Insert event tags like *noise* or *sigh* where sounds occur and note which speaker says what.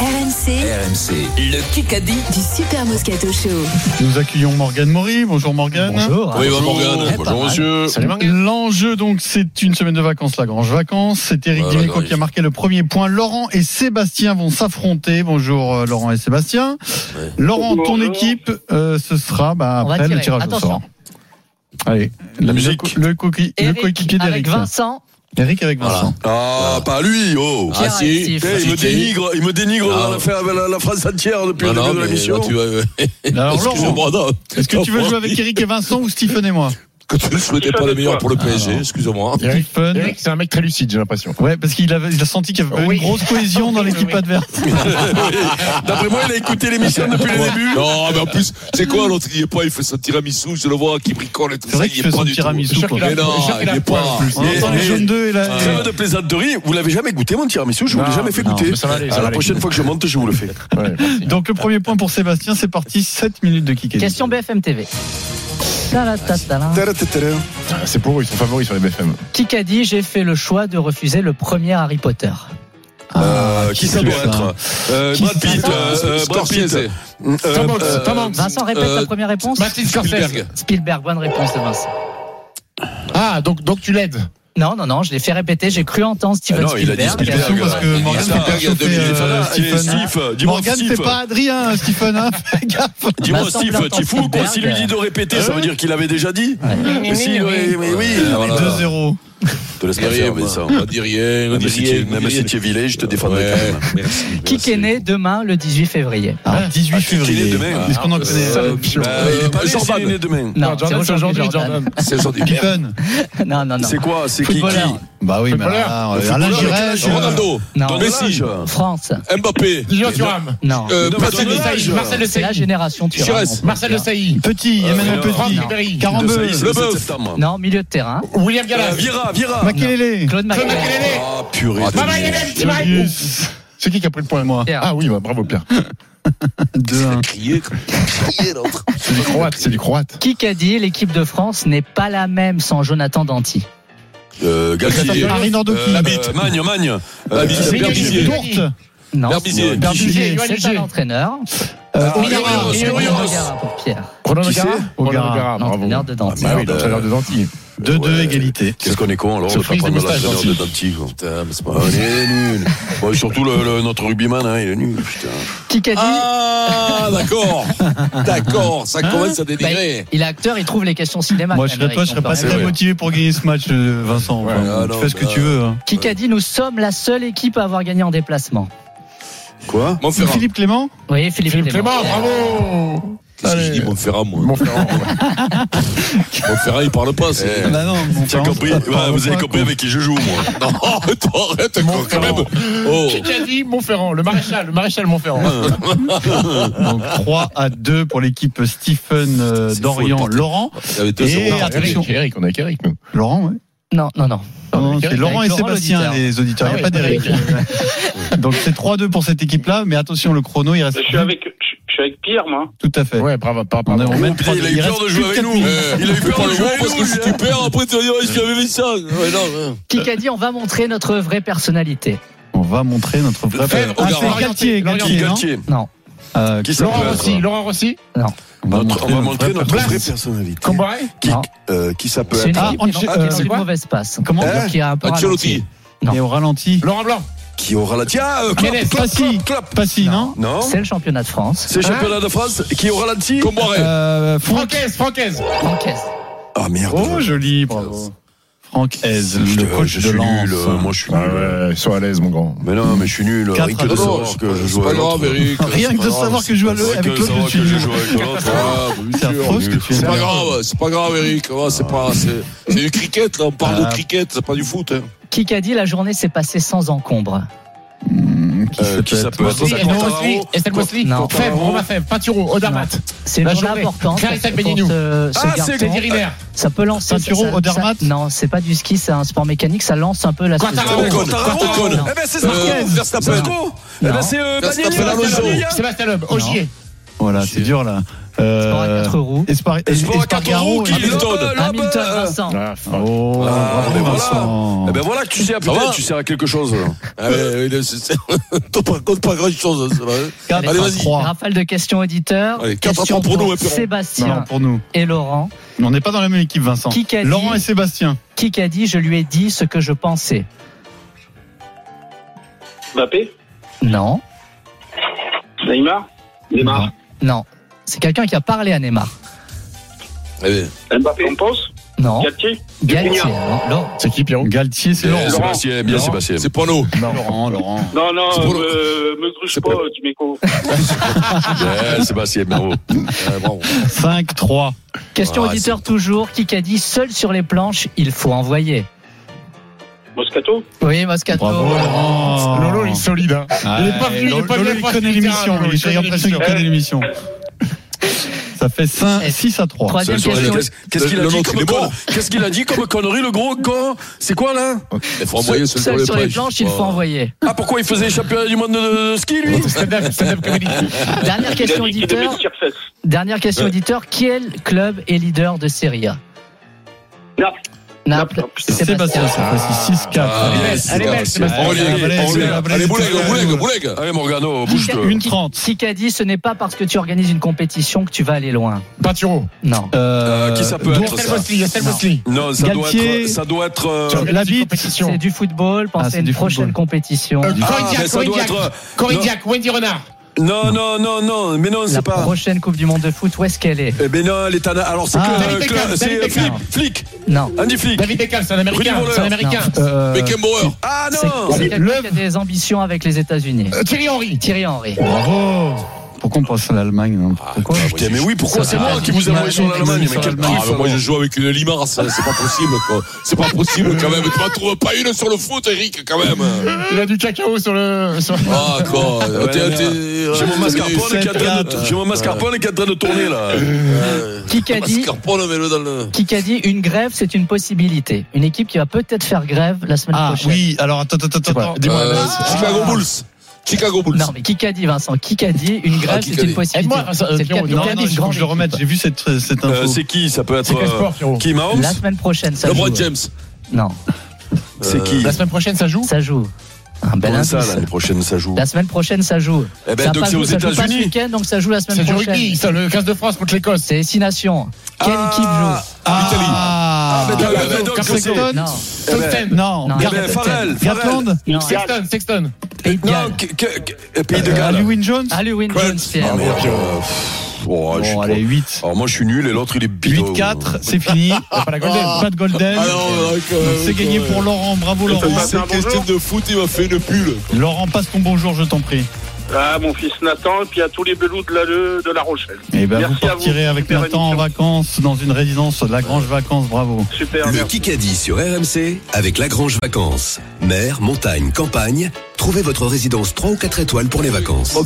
Speaker 1: RMC
Speaker 2: RMC, le Kikadi.
Speaker 1: du Super Moscato Show.
Speaker 3: Nous accueillons Morgane Maury. Bonjour Morgane.
Speaker 4: Bonjour.
Speaker 5: Oui,
Speaker 3: Bonjour.
Speaker 5: bonjour Morgane.
Speaker 4: Eh, pas
Speaker 5: Bonjour
Speaker 4: mal.
Speaker 5: monsieur.
Speaker 3: L'enjeu, donc, c'est une semaine de vacances, la Grange Vacances. C'est Eric
Speaker 5: Voilà,
Speaker 3: Dimeco
Speaker 5: Grange.
Speaker 3: qui a marqué le premier point. Laurent et Sébastien vont s'affronter. Bonjour euh, Laurent et Sébastien. Laurent, ton équipe, euh, ce sera bah,
Speaker 4: On va
Speaker 3: après le
Speaker 4: tirer.
Speaker 3: tirage au
Speaker 4: Attention.
Speaker 3: sort. Allez,
Speaker 5: La
Speaker 3: le-
Speaker 5: musique.
Speaker 3: Le coqui- le
Speaker 4: Eric
Speaker 3: coéquipier
Speaker 4: avec
Speaker 3: d'Eric.
Speaker 4: Vincent.
Speaker 3: Eric avec Vincent.
Speaker 5: Ah, pas lui, oh.
Speaker 4: Qui est agressif.
Speaker 5: Eh, il me dénigre, il me dénigre
Speaker 2: Ah.
Speaker 5: dans la, fin- la- la France entière depuis
Speaker 2: Non,
Speaker 5: le
Speaker 2: non,
Speaker 5: début de
Speaker 2: mais
Speaker 5: l'émission.
Speaker 2: là, tu vas-
Speaker 3: Alors Laurent,
Speaker 2: Excuse-moi, non.
Speaker 3: est-ce que tu veux jouer avec Eric et Vincent ou Stephen et moi
Speaker 2: Que tu ne souhaitais pas le meilleur pour le PSG, excuse-moi.
Speaker 3: Stephen.
Speaker 6: Eh, c'est un mec très lucide, j'ai l'impression.
Speaker 3: Ouais, parce qu'il avait, il a senti qu'il y avait
Speaker 4: Oui.
Speaker 3: une grosse cohésion dans
Speaker 4: *laughs* Oui, oui,
Speaker 3: l'équipe
Speaker 4: oui.
Speaker 3: adverse.
Speaker 5: D'après moi, il a écouté l'émission depuis le début.
Speaker 2: Non, mais en plus, c'est quoi l'autre Il n'y est pas, il fait son tiramisu, je le vois, qui bricole et tout
Speaker 3: C'est
Speaker 2: ça.
Speaker 3: vrai
Speaker 2: il
Speaker 3: qu'il
Speaker 2: y
Speaker 3: fait
Speaker 2: est pas
Speaker 3: son
Speaker 2: du tout.
Speaker 3: tiramisu. quoi.
Speaker 2: Mais non,
Speaker 6: Je cherche
Speaker 2: il
Speaker 6: la
Speaker 2: n'y est
Speaker 6: pointe,
Speaker 2: pas.
Speaker 6: en plus.
Speaker 3: On entend les
Speaker 5: Eh,
Speaker 3: jaunes deux et la.
Speaker 2: Ah.
Speaker 5: Trêve de plaisanterie, vous l'avez jamais goûté mon tiramisu, je vous l'ai
Speaker 6: Non,
Speaker 5: jamais fait
Speaker 6: non,
Speaker 5: goûter.
Speaker 6: mais ça va aller, ça
Speaker 5: Ah,
Speaker 6: va
Speaker 5: la
Speaker 6: aller.
Speaker 5: prochaine fois que je monte, je vous le fais.
Speaker 3: Donc le premier point pour Sébastien, c'est parti, 7 minutes de kick.
Speaker 4: Question BFM TV. Ta-la-ta-ta-la.
Speaker 6: C'est pour eux, ils sont favoris sur les BFM.
Speaker 4: Kikadi, j'ai fait le choix de refuser le premier Harry Potter.
Speaker 5: Euh, qui ça doit être Euh,
Speaker 3: Qui
Speaker 5: Brad Pitt,
Speaker 3: ça
Speaker 5: euh, Brad Pitt.
Speaker 2: Scorsese.
Speaker 5: Euh,
Speaker 6: Tom Hanks,
Speaker 5: euh,
Speaker 6: Tom Hanks.
Speaker 4: Vincent répète
Speaker 2: Euh,
Speaker 4: la première réponse.
Speaker 6: Martin Scorsese.
Speaker 2: Spielberg.
Speaker 4: Spielberg, bonne réponse de Vincent.
Speaker 6: Ah, donc, donc tu l'aides.
Speaker 4: Non, non, non, je l'ai fait répéter, j'ai cru entendre Steven
Speaker 5: Ah non, il a dit Spielberg.
Speaker 4: Spielberg.
Speaker 3: Surtout parce que
Speaker 5: Il
Speaker 3: Morgan
Speaker 5: dit ça,
Speaker 3: s'est pas
Speaker 5: il y a deux
Speaker 3: chauffé,
Speaker 5: minutes.
Speaker 3: euh,
Speaker 5: Ah, eh,
Speaker 3: Stephen.
Speaker 5: Steve, dis-moi
Speaker 3: Morgan,
Speaker 5: Steve.
Speaker 3: c'est pas Adrien, hein, Stephen,
Speaker 6: *laughs*
Speaker 3: hein, fais gaffe.
Speaker 5: Dis-moi,
Speaker 4: Vincent
Speaker 5: Steve,
Speaker 4: Platon
Speaker 5: t'es fou quoi
Speaker 4: Spielberg.
Speaker 5: S'il lui dit de répéter,
Speaker 3: Euh
Speaker 5: ça veut dire qu'il l'avait déjà dit Mais si, oui, mais oui.
Speaker 2: Ah, Voilà.
Speaker 3: 2-0.
Speaker 5: Te laisse
Speaker 2: On dit
Speaker 5: pas
Speaker 2: rien,
Speaker 5: faire,
Speaker 2: mais
Speaker 5: moi.
Speaker 2: ça, on dit rien, on
Speaker 5: Même
Speaker 2: dit
Speaker 5: si tu-
Speaker 2: rien. on
Speaker 5: Même
Speaker 2: dit
Speaker 5: si
Speaker 2: rien.
Speaker 5: tu es vilain, je te défendrai
Speaker 2: Ouais,
Speaker 5: quand même.
Speaker 2: Merci.
Speaker 6: bah,
Speaker 4: Qui est né demain, le 18 février
Speaker 6: Ah,
Speaker 3: Alors, 18
Speaker 5: Kick est né
Speaker 3: Hein, février.
Speaker 6: hein.
Speaker 5: demain.
Speaker 3: Est-ce qu'on en connaît euh,
Speaker 6: Bah,
Speaker 5: Euh, Il est pas né,
Speaker 2: Jordan.
Speaker 5: s'il est né demain.
Speaker 4: Non, c'est
Speaker 6: Jordan, c'est aujourd'hui, Jordan.
Speaker 3: *laughs*
Speaker 2: C'est aujourd'hui.
Speaker 3: Stephen.
Speaker 4: *laughs* Non, non, non.
Speaker 5: C'est quoi C'est qui qui
Speaker 4: Footballeur.
Speaker 3: Bah oui, mais
Speaker 6: Footballeur.
Speaker 3: là, euh, Alain
Speaker 5: Footballeur, mais
Speaker 3: Giresse,
Speaker 5: quel âge
Speaker 3: euh,
Speaker 2: Ronaldo,
Speaker 4: Non.
Speaker 2: Don
Speaker 5: Quel âge
Speaker 2: Messi,
Speaker 4: France.
Speaker 2: Mbappé,
Speaker 6: Lilian Thuram.
Speaker 4: Non.
Speaker 5: Non,
Speaker 2: euh,
Speaker 5: mais
Speaker 2: Platini,
Speaker 5: Don Messi,
Speaker 6: Marcel Le
Speaker 4: C'est la
Speaker 6: Sailly.
Speaker 4: génération tu
Speaker 2: Chirès.
Speaker 6: Marcel Le Sailly.
Speaker 3: Petit, Emmanuel
Speaker 5: non.
Speaker 6: Ah, Franck
Speaker 3: Petit,
Speaker 4: non.
Speaker 6: Ribéry.
Speaker 5: De
Speaker 3: Carambeu,
Speaker 5: Saïs, le
Speaker 2: Le
Speaker 5: 7
Speaker 2: Boeuf.
Speaker 5: septembre.
Speaker 4: Non, milieu de terrain.
Speaker 6: William
Speaker 5: Euh,
Speaker 6: Gallas.
Speaker 5: Vira, Vira.
Speaker 3: Makelele.
Speaker 4: Claude
Speaker 6: Claude
Speaker 4: Magalé.
Speaker 6: Makelele.
Speaker 5: Ah purée.
Speaker 2: Ah,
Speaker 5: de
Speaker 6: Maman, il est
Speaker 5: merde.
Speaker 6: même, tu m'as-
Speaker 3: Claudius.
Speaker 6: C'est qui qui a pris le point
Speaker 4: Pierre.
Speaker 6: Ah oui, bah, bravo
Speaker 3: *laughs*
Speaker 6: Pierre.
Speaker 3: 2-1.
Speaker 2: crier, crier l'autre.
Speaker 6: C'est du croate, c'est du croate.
Speaker 4: Qui qu'a dit l'équipe de France n'est pas la même sans Jonathan Danti
Speaker 5: Euh, Galtier.
Speaker 3: Harry Nordoki.
Speaker 5: Euh, la bite. Magne, Magne. Euh,
Speaker 2: Bite.
Speaker 5: Berbizier.
Speaker 2: Bite.
Speaker 3: Tourte.
Speaker 4: Non.
Speaker 2: Berbizier.
Speaker 3: Berbizier.
Speaker 6: Yoann
Speaker 4: C'est un
Speaker 6: Leger.
Speaker 4: entraîneur.
Speaker 3: Euh,
Speaker 5: Ah,
Speaker 3: Ogara.
Speaker 5: Rios,
Speaker 4: Roland
Speaker 5: Rios.
Speaker 4: Gara pour Pierre.
Speaker 6: Roland
Speaker 5: Qui
Speaker 6: Nogara
Speaker 5: c'est
Speaker 3: Ogara.
Speaker 6: Nogara, bravo.
Speaker 4: L'entraîneur de Danti.
Speaker 6: Ah oui,
Speaker 5: Merde.
Speaker 6: l'entraîneur de Danti.
Speaker 3: 2-2
Speaker 5: Ouais.
Speaker 3: égalité.
Speaker 5: Qu'est-ce qu'on est con alors
Speaker 6: Ce
Speaker 5: de pas
Speaker 6: frise de
Speaker 5: prendre
Speaker 6: moustache,
Speaker 5: l'entraîneur de Danti. quoi. Putain, mais c'est pas. On est nul. Bon, et surtout le- le- notre rugbyman, hein, il est nul. Putain.
Speaker 4: Qui qu'a dit
Speaker 2: Ah, d'accord. D'accord, ça commence à dénigrer.
Speaker 4: Bah, Il est acteur, il trouve les questions cinéma.
Speaker 3: Moi,
Speaker 4: quand
Speaker 3: je
Speaker 4: même,
Speaker 3: serais toi, je
Speaker 4: Eric,
Speaker 3: serais pas
Speaker 4: on peut
Speaker 5: C'est
Speaker 3: très
Speaker 4: arrêter.
Speaker 5: vrai.
Speaker 3: motivé pour gagner ce match, euh, Vincent.
Speaker 6: Ouais,
Speaker 3: Enfin,
Speaker 5: ah
Speaker 3: tu
Speaker 5: non,
Speaker 3: fais ce que
Speaker 5: bah,
Speaker 3: tu veux. hein.
Speaker 4: Qui qu'a dit nous sommes la seule équipe à avoir gagné en déplacement
Speaker 5: Quoi
Speaker 2: Montferrand.
Speaker 3: Philippe Clément
Speaker 4: Oui, Philippe,
Speaker 6: Philippe
Speaker 4: Clément.
Speaker 6: Clément, bravo.
Speaker 2: Qu'est-ce que je dis, Montferrand, moi
Speaker 6: Mon frère.
Speaker 2: *laughs* Montferrand, il parle pas. c'est-
Speaker 5: Eh.
Speaker 3: Bah non, mon
Speaker 5: Tiens,
Speaker 3: parent,
Speaker 5: compris.
Speaker 3: c'est pas-
Speaker 5: Ouais, vous avez
Speaker 3: pas-
Speaker 5: compris avec qui je joue, moi.
Speaker 2: *laughs* Non, arrête, arrête,
Speaker 6: Mon
Speaker 2: quand
Speaker 6: frère.
Speaker 2: même. Oh.
Speaker 6: Qui a dit Montferrand Le maréchal, le maréchal Montferrand.
Speaker 2: Ah,
Speaker 3: Donc 3 à 2 pour l'équipe Stephen euh,
Speaker 2: C'est
Speaker 3: Dorian
Speaker 2: fou, le
Speaker 3: Laurent.
Speaker 2: Il y avait deux
Speaker 3: Et
Speaker 2: secondes.
Speaker 6: Non,
Speaker 3: attention.
Speaker 6: Ah, Eric, Eric, on est avec Eric, nous.
Speaker 3: Laurent, ouais.
Speaker 4: Non, non, non.
Speaker 3: Non,
Speaker 6: avec
Speaker 3: c'est
Speaker 6: Eric,
Speaker 3: Laurent et
Speaker 4: avec Laurent,
Speaker 3: Sébastien,
Speaker 4: l'auditeur.
Speaker 3: les auditeurs. Il n'y a
Speaker 6: Ah
Speaker 3: pas
Speaker 6: oui,
Speaker 3: d'Eric. hein, Donc c'est 3-2 pour cette équipe-là, mais attention, le chrono, il reste.
Speaker 7: Je suis avec, je, je suis avec Pierre, moi.
Speaker 3: Tout à fait.
Speaker 6: Ouais, bravo, par rapport
Speaker 3: On est- on mène
Speaker 5: Putain, il a eu
Speaker 3: il
Speaker 5: peur
Speaker 3: reste
Speaker 5: de
Speaker 3: plus
Speaker 5: jouer
Speaker 3: de
Speaker 5: avec
Speaker 3: quatre
Speaker 5: nous. Euh,
Speaker 3: minutes.
Speaker 2: Eh,
Speaker 5: Il a eu
Speaker 2: fais
Speaker 5: peur
Speaker 2: pas
Speaker 5: de
Speaker 2: le
Speaker 5: jouer
Speaker 2: mot
Speaker 5: avec
Speaker 2: parce
Speaker 5: nous.
Speaker 2: que si tu
Speaker 5: lui,
Speaker 2: perds, après tu vas dire, je t'avais mis ça. Ouais, non, ouais.
Speaker 4: Qui qu'a dit on va montrer notre vraie personnalité
Speaker 3: On va montrer notre vrai.
Speaker 2: Lefebvre,
Speaker 3: Ah,
Speaker 2: Ogara.
Speaker 3: c'est Galtier,
Speaker 6: Lorient,
Speaker 5: hein.
Speaker 3: Galtier, non
Speaker 5: Galtier.
Speaker 4: Non.
Speaker 3: Euh,
Speaker 5: Qui ça peut
Speaker 6: Laurent
Speaker 5: être
Speaker 6: Rossi, Laurent Rossi,
Speaker 3: on va
Speaker 5: Notre-
Speaker 3: montrer
Speaker 5: On va
Speaker 3: notre
Speaker 5: montrer
Speaker 3: vrai
Speaker 5: notre
Speaker 3: personnage.
Speaker 5: vraie personnalité.
Speaker 6: Combaré
Speaker 5: Qui,
Speaker 4: Non.
Speaker 5: euh, qui ça peut
Speaker 4: C'est une
Speaker 5: être
Speaker 3: Ah,
Speaker 4: équipe
Speaker 3: on-
Speaker 4: qui est
Speaker 3: euh,
Speaker 4: dans
Speaker 3: c'est
Speaker 4: une
Speaker 3: quoi
Speaker 4: mauvaise passe.
Speaker 3: Comment
Speaker 4: Donc, il y a un peu
Speaker 2: Ancelotti.
Speaker 4: ralenti. Non.
Speaker 3: Et au ralenti.
Speaker 6: Laurent Blanc.
Speaker 5: Qui aura la tiens euh, clap,
Speaker 6: Ménès,
Speaker 5: clap,
Speaker 3: Fassi. Hein
Speaker 5: clap, clap.
Speaker 3: Passy, non
Speaker 5: Non
Speaker 4: C'est le championnat de France.
Speaker 5: C'est le championnat de France qui aura la tienne
Speaker 2: Comboiré.
Speaker 3: Euh, Franck.
Speaker 6: Francaise, Francaise.
Speaker 4: Francaise.
Speaker 5: Ah merde.
Speaker 3: Oh, joli, bravo. Franck Hez, le
Speaker 5: Putain,
Speaker 3: coach
Speaker 5: je
Speaker 3: de
Speaker 5: suis
Speaker 3: Lens.
Speaker 5: nul, euh, moi je suis
Speaker 6: Ah
Speaker 5: nul.
Speaker 6: ouais, sois à l'aise, mon grand.
Speaker 5: Mais non, mais je suis nul.
Speaker 3: Quatre
Speaker 5: Rien que
Speaker 3: à
Speaker 5: de
Speaker 3: deux.
Speaker 5: savoir que je
Speaker 2: C'est
Speaker 5: joue à
Speaker 2: pas
Speaker 5: l'autre.
Speaker 2: grave, Eric.
Speaker 3: Rien
Speaker 2: c'est
Speaker 3: que de
Speaker 2: pas
Speaker 3: savoir
Speaker 2: grave.
Speaker 3: que je joue à le-
Speaker 5: Rien que
Speaker 3: avec
Speaker 5: de
Speaker 3: l'autre,
Speaker 5: savoir
Speaker 3: je suis
Speaker 5: que je
Speaker 3: nul.
Speaker 5: joue avec l'autre.
Speaker 2: Ah, oui,
Speaker 3: C'est
Speaker 2: sûr.
Speaker 3: affreux ce que tu
Speaker 2: C'est
Speaker 3: viens
Speaker 2: pas
Speaker 3: de dire.
Speaker 2: grave, c'est pas grave, Eric. Ouais, C'est pas, c'est, c'est du cricket, là. On
Speaker 5: Ah.
Speaker 2: parle de cricket, c'est pas du foot. hein.
Speaker 4: Qui qu'a dit la journée s'est passée sans encombre
Speaker 3: Mmh, qui
Speaker 5: Euh,
Speaker 3: ça
Speaker 5: qui
Speaker 3: peut
Speaker 5: ça
Speaker 3: être-
Speaker 5: peut être
Speaker 3: Non,
Speaker 5: Estel Mossli,
Speaker 8: Estelle Mosley,
Speaker 4: Non.
Speaker 8: Fèvre, Romain Fèvre, Peintureau, Odarmat.
Speaker 4: C'est une
Speaker 8: La
Speaker 4: journée
Speaker 8: journée.
Speaker 4: importante.
Speaker 8: Clarisse
Speaker 4: parce que
Speaker 8: Albeninou.
Speaker 4: quand, euh, ce
Speaker 8: Ah, c'est
Speaker 4: garçon,
Speaker 8: Teddy Riner.
Speaker 4: Ça peut lancer.
Speaker 3: Ceinturon,
Speaker 4: ça- ça-
Speaker 3: Odermatt
Speaker 4: Non, c'est pas du ski, c'est un sport mécanique. Ça lance un peu la.
Speaker 8: Quartararo.
Speaker 4: Oh,
Speaker 5: Ocon, Ocon.
Speaker 4: Non.
Speaker 5: Eh ben c'est
Speaker 2: Euh,
Speaker 5: Zarco, Verstappen.
Speaker 2: Zarco.
Speaker 5: Eh ben c'est euh,
Speaker 2: Verstappen,
Speaker 5: Bagnaia,
Speaker 2: Alonso.
Speaker 5: Bagnaia.
Speaker 8: Sébastien Loeb, Ogier.
Speaker 3: Voilà, c'est dur là.
Speaker 4: Sport à
Speaker 3: Euh,
Speaker 4: quatre roues.
Speaker 3: Espar-
Speaker 5: Et je vois quatre
Speaker 3: Espargaro.
Speaker 5: roues qui
Speaker 3: Hamilton.
Speaker 5: lobe, lobe,
Speaker 4: Hamilton,
Speaker 5: euh,
Speaker 4: Vincent.
Speaker 6: Ah,
Speaker 5: Ah,
Speaker 3: Oh, bravo,
Speaker 5: mais voilà.
Speaker 3: Vincent.
Speaker 5: Eh ben voilà que tu sais, ah,
Speaker 2: Ah
Speaker 5: putain,
Speaker 2: ouais.
Speaker 5: tu sers à quelque chose. Eh,
Speaker 2: Ah, ouais, ouais, c'est- c'est- *laughs* Toi, par contre, pas grand chose. hein.
Speaker 3: Quatre,
Speaker 2: Allez, vas-y.
Speaker 3: trois.
Speaker 4: Rafale de questions auditeurs.
Speaker 2: Allez, quatre à
Speaker 4: Question
Speaker 2: trois pour nous, hein, Perron.
Speaker 3: Non,
Speaker 4: Sébastien
Speaker 3: pour nous.
Speaker 4: et Laurent.
Speaker 3: Mais On n'est pas dans la même équipe, Vincent.
Speaker 4: Qui qu'a dit
Speaker 3: Laurent et Sébastien.
Speaker 4: Qui qu'a dit Je lui ai dit ce que je pensais.
Speaker 7: Mbappé
Speaker 4: Non,
Speaker 7: Neymar Neymar
Speaker 4: non. C'est quelqu'un qui a parlé à Neymar.
Speaker 2: Eh
Speaker 7: Mbappé, on pense
Speaker 4: Non.
Speaker 7: Gatti
Speaker 4: Galtier. hein.
Speaker 7: Galtier.
Speaker 4: non. Laurent.
Speaker 6: C'est qui, Pierrot
Speaker 3: Galtier, c'est
Speaker 5: Bien
Speaker 3: Laurent.
Speaker 5: Sébastien, eh bien
Speaker 3: Laurent.
Speaker 5: Sébastien.
Speaker 2: C'est pas nous.
Speaker 3: Laurent, Lauron.
Speaker 7: Non, non,
Speaker 2: C'est
Speaker 7: euh,
Speaker 2: pour le-
Speaker 7: me, me gruge
Speaker 5: C'est
Speaker 7: pas,
Speaker 5: pas-
Speaker 7: tu m'écoutes.
Speaker 5: Bien Eh, Sébastien, *laughs* bravo.
Speaker 2: Ouais, bravo.
Speaker 3: 5, 3.
Speaker 4: Question
Speaker 2: Ah,
Speaker 4: auditeur toujours. Qui qu'a dit Seul sur les planches, il faut envoyer.
Speaker 7: Moscato
Speaker 4: Oui, Moscato.
Speaker 3: Bravo, Laurent.
Speaker 6: Oh, Lolo, il est solide. hein.
Speaker 3: Ah,
Speaker 6: Il est pas venu, il est
Speaker 3: Lolo,
Speaker 6: pas venu à
Speaker 3: il
Speaker 6: la
Speaker 3: connaît
Speaker 6: France,
Speaker 3: l'émission,
Speaker 6: Lolo,
Speaker 3: lui.
Speaker 6: il
Speaker 3: J'ai
Speaker 6: connaît
Speaker 3: l'impression qu'il
Speaker 6: l'émission.
Speaker 3: connaît l'émission. Ça fait 5, 6 à 3.
Speaker 4: Troisième
Speaker 5: Seul sur la-
Speaker 4: question.
Speaker 5: Qu'est-ce qu'est-ce qu'il a
Speaker 2: Le
Speaker 5: dit
Speaker 2: nôtre, il
Speaker 5: comme
Speaker 2: est bon.
Speaker 5: con- Qu'est-ce qu'il a dit comme connerie, le gros con C'est quoi là
Speaker 2: Il faut envoyer ce
Speaker 4: Seul sur les planches, il faut envoyer.
Speaker 5: Ah pourquoi il faisait les championnats du monde de, de ski lui
Speaker 6: Stand-up, stand-up comedy.
Speaker 4: Dernière
Speaker 7: Il
Speaker 4: question
Speaker 7: a dit qu'il devait
Speaker 4: auditeur.
Speaker 7: se tirer fesses.
Speaker 4: Dernière question auditeur. Quel club est leader de Serie A
Speaker 7: Naples.
Speaker 4: Naples.
Speaker 3: Sébastien, cette fois-ci, 6, 4.
Speaker 2: Ah,
Speaker 8: belle, elle est belle, Sébastien.
Speaker 2: On y est,
Speaker 3: Allez,
Speaker 2: on y est.
Speaker 3: Sébastien.
Speaker 2: Allez, Bouleg, Bouleg, Bouleg.
Speaker 5: Allez Morgano, bouge-toi.
Speaker 3: Une 30.
Speaker 4: Qui qu'a dit ce n'est pas parce que tu organises une compétition que tu vas aller loin
Speaker 6: Peintureau.
Speaker 4: Non.
Speaker 5: Euh, qui ça peut
Speaker 3: Dour-
Speaker 5: être
Speaker 6: Estelle
Speaker 5: ça
Speaker 6: Mosley, Estelle
Speaker 4: Non.
Speaker 6: Mosley.
Speaker 5: Non, ça doit
Speaker 3: Galtier.
Speaker 5: être. Ça doit être. euh,
Speaker 6: Tu organises
Speaker 3: la
Speaker 6: une
Speaker 3: bite.
Speaker 6: compétition.
Speaker 4: C'est du football,
Speaker 3: Ah,
Speaker 4: pensez
Speaker 3: c'est
Speaker 4: à une
Speaker 3: du
Speaker 4: prochaine
Speaker 3: football.
Speaker 4: compétition.
Speaker 6: Euh,
Speaker 5: Ah,
Speaker 6: Corinne
Speaker 5: mais
Speaker 6: Diac,
Speaker 5: ça
Speaker 6: Corinne
Speaker 5: doit
Speaker 6: Diac.
Speaker 5: être.
Speaker 8: Corinne
Speaker 5: Non.
Speaker 8: Diac, Wendy Renard.
Speaker 5: Non, non, non, non, mais non,
Speaker 4: La
Speaker 5: c'est pas.
Speaker 4: prochaine Coupe du Monde de foot, où est-ce qu'elle est
Speaker 5: Eh ben non, elle est en- Alors c'est
Speaker 3: Ah,
Speaker 5: que-
Speaker 8: David
Speaker 5: que-
Speaker 8: Beckham,
Speaker 5: c'est
Speaker 8: David
Speaker 5: euh,
Speaker 8: Beckham.
Speaker 5: Flick, Flick,
Speaker 4: Non.
Speaker 5: Andy Flick.
Speaker 8: David Beckham, c'est un américain.
Speaker 5: Rudy Voleur.
Speaker 8: C'est un américain.
Speaker 3: Euh,
Speaker 2: Beckenbauer.
Speaker 5: Ah
Speaker 4: C'est
Speaker 5: non.
Speaker 4: c'est quelqu'un
Speaker 3: Löw.
Speaker 4: qui a des ambitions avec les États-Unis.
Speaker 8: Euh, Thierry Henry.
Speaker 4: Thierry Henry.
Speaker 3: Bravo. Pourquoi on passe à l'Allemagne hein, non Pourquoi
Speaker 5: Putain, mais oui, pourquoi
Speaker 4: Ça
Speaker 5: c'est
Speaker 4: va,
Speaker 5: moi qui
Speaker 4: vas-y,
Speaker 5: vous ai envoyé
Speaker 4: vas-y,
Speaker 5: sur
Speaker 4: vas-y,
Speaker 5: l'Allemagne
Speaker 4: vas-y,
Speaker 5: Mais quel
Speaker 4: vas-y,
Speaker 5: kiff
Speaker 2: Ah, mais moi je joue avec une limace, hein, c'est pas possible quoi. C'est pas possible quand même. Tu m'as trouvé pas une sur le foot, Eric, quand même.
Speaker 6: Il a du cacao sur le. sur-
Speaker 2: Ah quoi. T'es-
Speaker 5: ouais.
Speaker 2: t'es-
Speaker 5: J'ai mon
Speaker 2: t'es
Speaker 5: mascarpone
Speaker 2: venu-
Speaker 5: qui est en train de- j'ai mon mascarpone qui est en train de tourner là.
Speaker 2: Euh,
Speaker 4: Qui qu'a dit
Speaker 2: Mascarpone, mets-le dans le.
Speaker 4: Qui qu'a dit une grève, c'est une possibilité. Une équipe qui va peut-être faire grève la semaine
Speaker 3: Ah
Speaker 4: prochaine.
Speaker 3: oui, alors attends, attends, attends, attends.
Speaker 6: Dis-moi,
Speaker 2: Euh,
Speaker 6: Alex.
Speaker 2: Chicago Bulls. Chicago Bulls.
Speaker 4: Non, mais qui qu'a dit, Vincent Qui qu'a dit une grève,
Speaker 2: Ah, qui qu'a
Speaker 4: c'est une
Speaker 2: dit
Speaker 4: possibilité
Speaker 6: Aide-moi, Vincent, euh,
Speaker 4: C'est le
Speaker 6: Pierrot,
Speaker 4: cap-
Speaker 6: non,
Speaker 4: le
Speaker 3: Non,
Speaker 4: cap
Speaker 3: non,
Speaker 4: d'une
Speaker 3: il faut
Speaker 4: grande
Speaker 3: que je le remette.
Speaker 4: équipe.
Speaker 3: J'ai vu cette, cette info.
Speaker 5: Euh, C'est qui Ça peut être.
Speaker 6: C'est quel
Speaker 5: euh,
Speaker 6: sport, Pierrot
Speaker 5: Qui Mahomes
Speaker 4: La semaine prochaine, ça joue.
Speaker 2: LeBron James.
Speaker 4: Non,
Speaker 5: C'est qui
Speaker 6: La semaine prochaine, ça joue
Speaker 4: ça joue. Un bel
Speaker 5: Comment
Speaker 4: indice.
Speaker 5: ça l'année prochaine ça joue
Speaker 4: La semaine prochaine, ça joue.
Speaker 5: Eh ben
Speaker 4: Ça
Speaker 5: donc
Speaker 4: pas
Speaker 5: c'est
Speaker 4: joué-
Speaker 5: aux
Speaker 4: ça joue pas ce
Speaker 5: États-Unis.
Speaker 4: week-end, donc ça joue la semaine
Speaker 6: C'est du
Speaker 4: prochaine.
Speaker 6: rugby, ça, le 15 de France contre l'Écosse.
Speaker 4: C'est six nations. Quelle équipe joue
Speaker 3: Ah,
Speaker 5: Ah, mais t'as- mais donc,
Speaker 6: Captain
Speaker 5: c'est-
Speaker 6: Todd.
Speaker 4: Non,
Speaker 5: Eh ben,
Speaker 6: Sexton.
Speaker 3: Non,
Speaker 4: Non.
Speaker 5: eh ben, Farrell, Farrell.
Speaker 3: Gatland
Speaker 4: non.
Speaker 6: Sexton, Sexton.
Speaker 4: Pays de
Speaker 5: Non,
Speaker 4: Galles.
Speaker 5: que- que- que- pays
Speaker 3: Euh,
Speaker 5: de Galles.
Speaker 3: Halloween Jones
Speaker 4: Allez, Win
Speaker 2: Colts.
Speaker 4: Jones, Pierre.
Speaker 5: Ah, merde, euh, pff, oh, je suis
Speaker 3: Bon,
Speaker 5: trop-
Speaker 3: allez, 8.
Speaker 5: Alors moi je suis nul et l'autre il est bidon.
Speaker 3: 8-4, c'est fini.
Speaker 6: Pas la Golden.
Speaker 3: Pas de golden.
Speaker 2: Ah non, ouais, quand
Speaker 3: Donc,
Speaker 2: même,
Speaker 3: C'est gagné
Speaker 2: ouais.
Speaker 3: pour Laurent. Bravo
Speaker 2: Il
Speaker 3: Laurent.
Speaker 2: fait ses questions euh, de foot, il m'a fait une pulle.
Speaker 3: Laurent, passe ton bonjour, je t'en prie.
Speaker 7: Ah, mon fils Nathan, et puis à tous les belous de la, de la Rochelle.
Speaker 3: Et ben
Speaker 7: Merci
Speaker 3: vous
Speaker 7: à vous.
Speaker 3: partirez avec
Speaker 7: Super
Speaker 3: Nathan en
Speaker 7: émission.
Speaker 3: vacances dans une résidence de Lagrange Vacances. Bravo.
Speaker 7: Super,
Speaker 9: Le
Speaker 7: merci.
Speaker 9: Kikadi sur RMC avec Lagrange Vacances. Mer, montagne, campagne, trouvez votre résidence 3 ou 4 étoiles pour les vacances.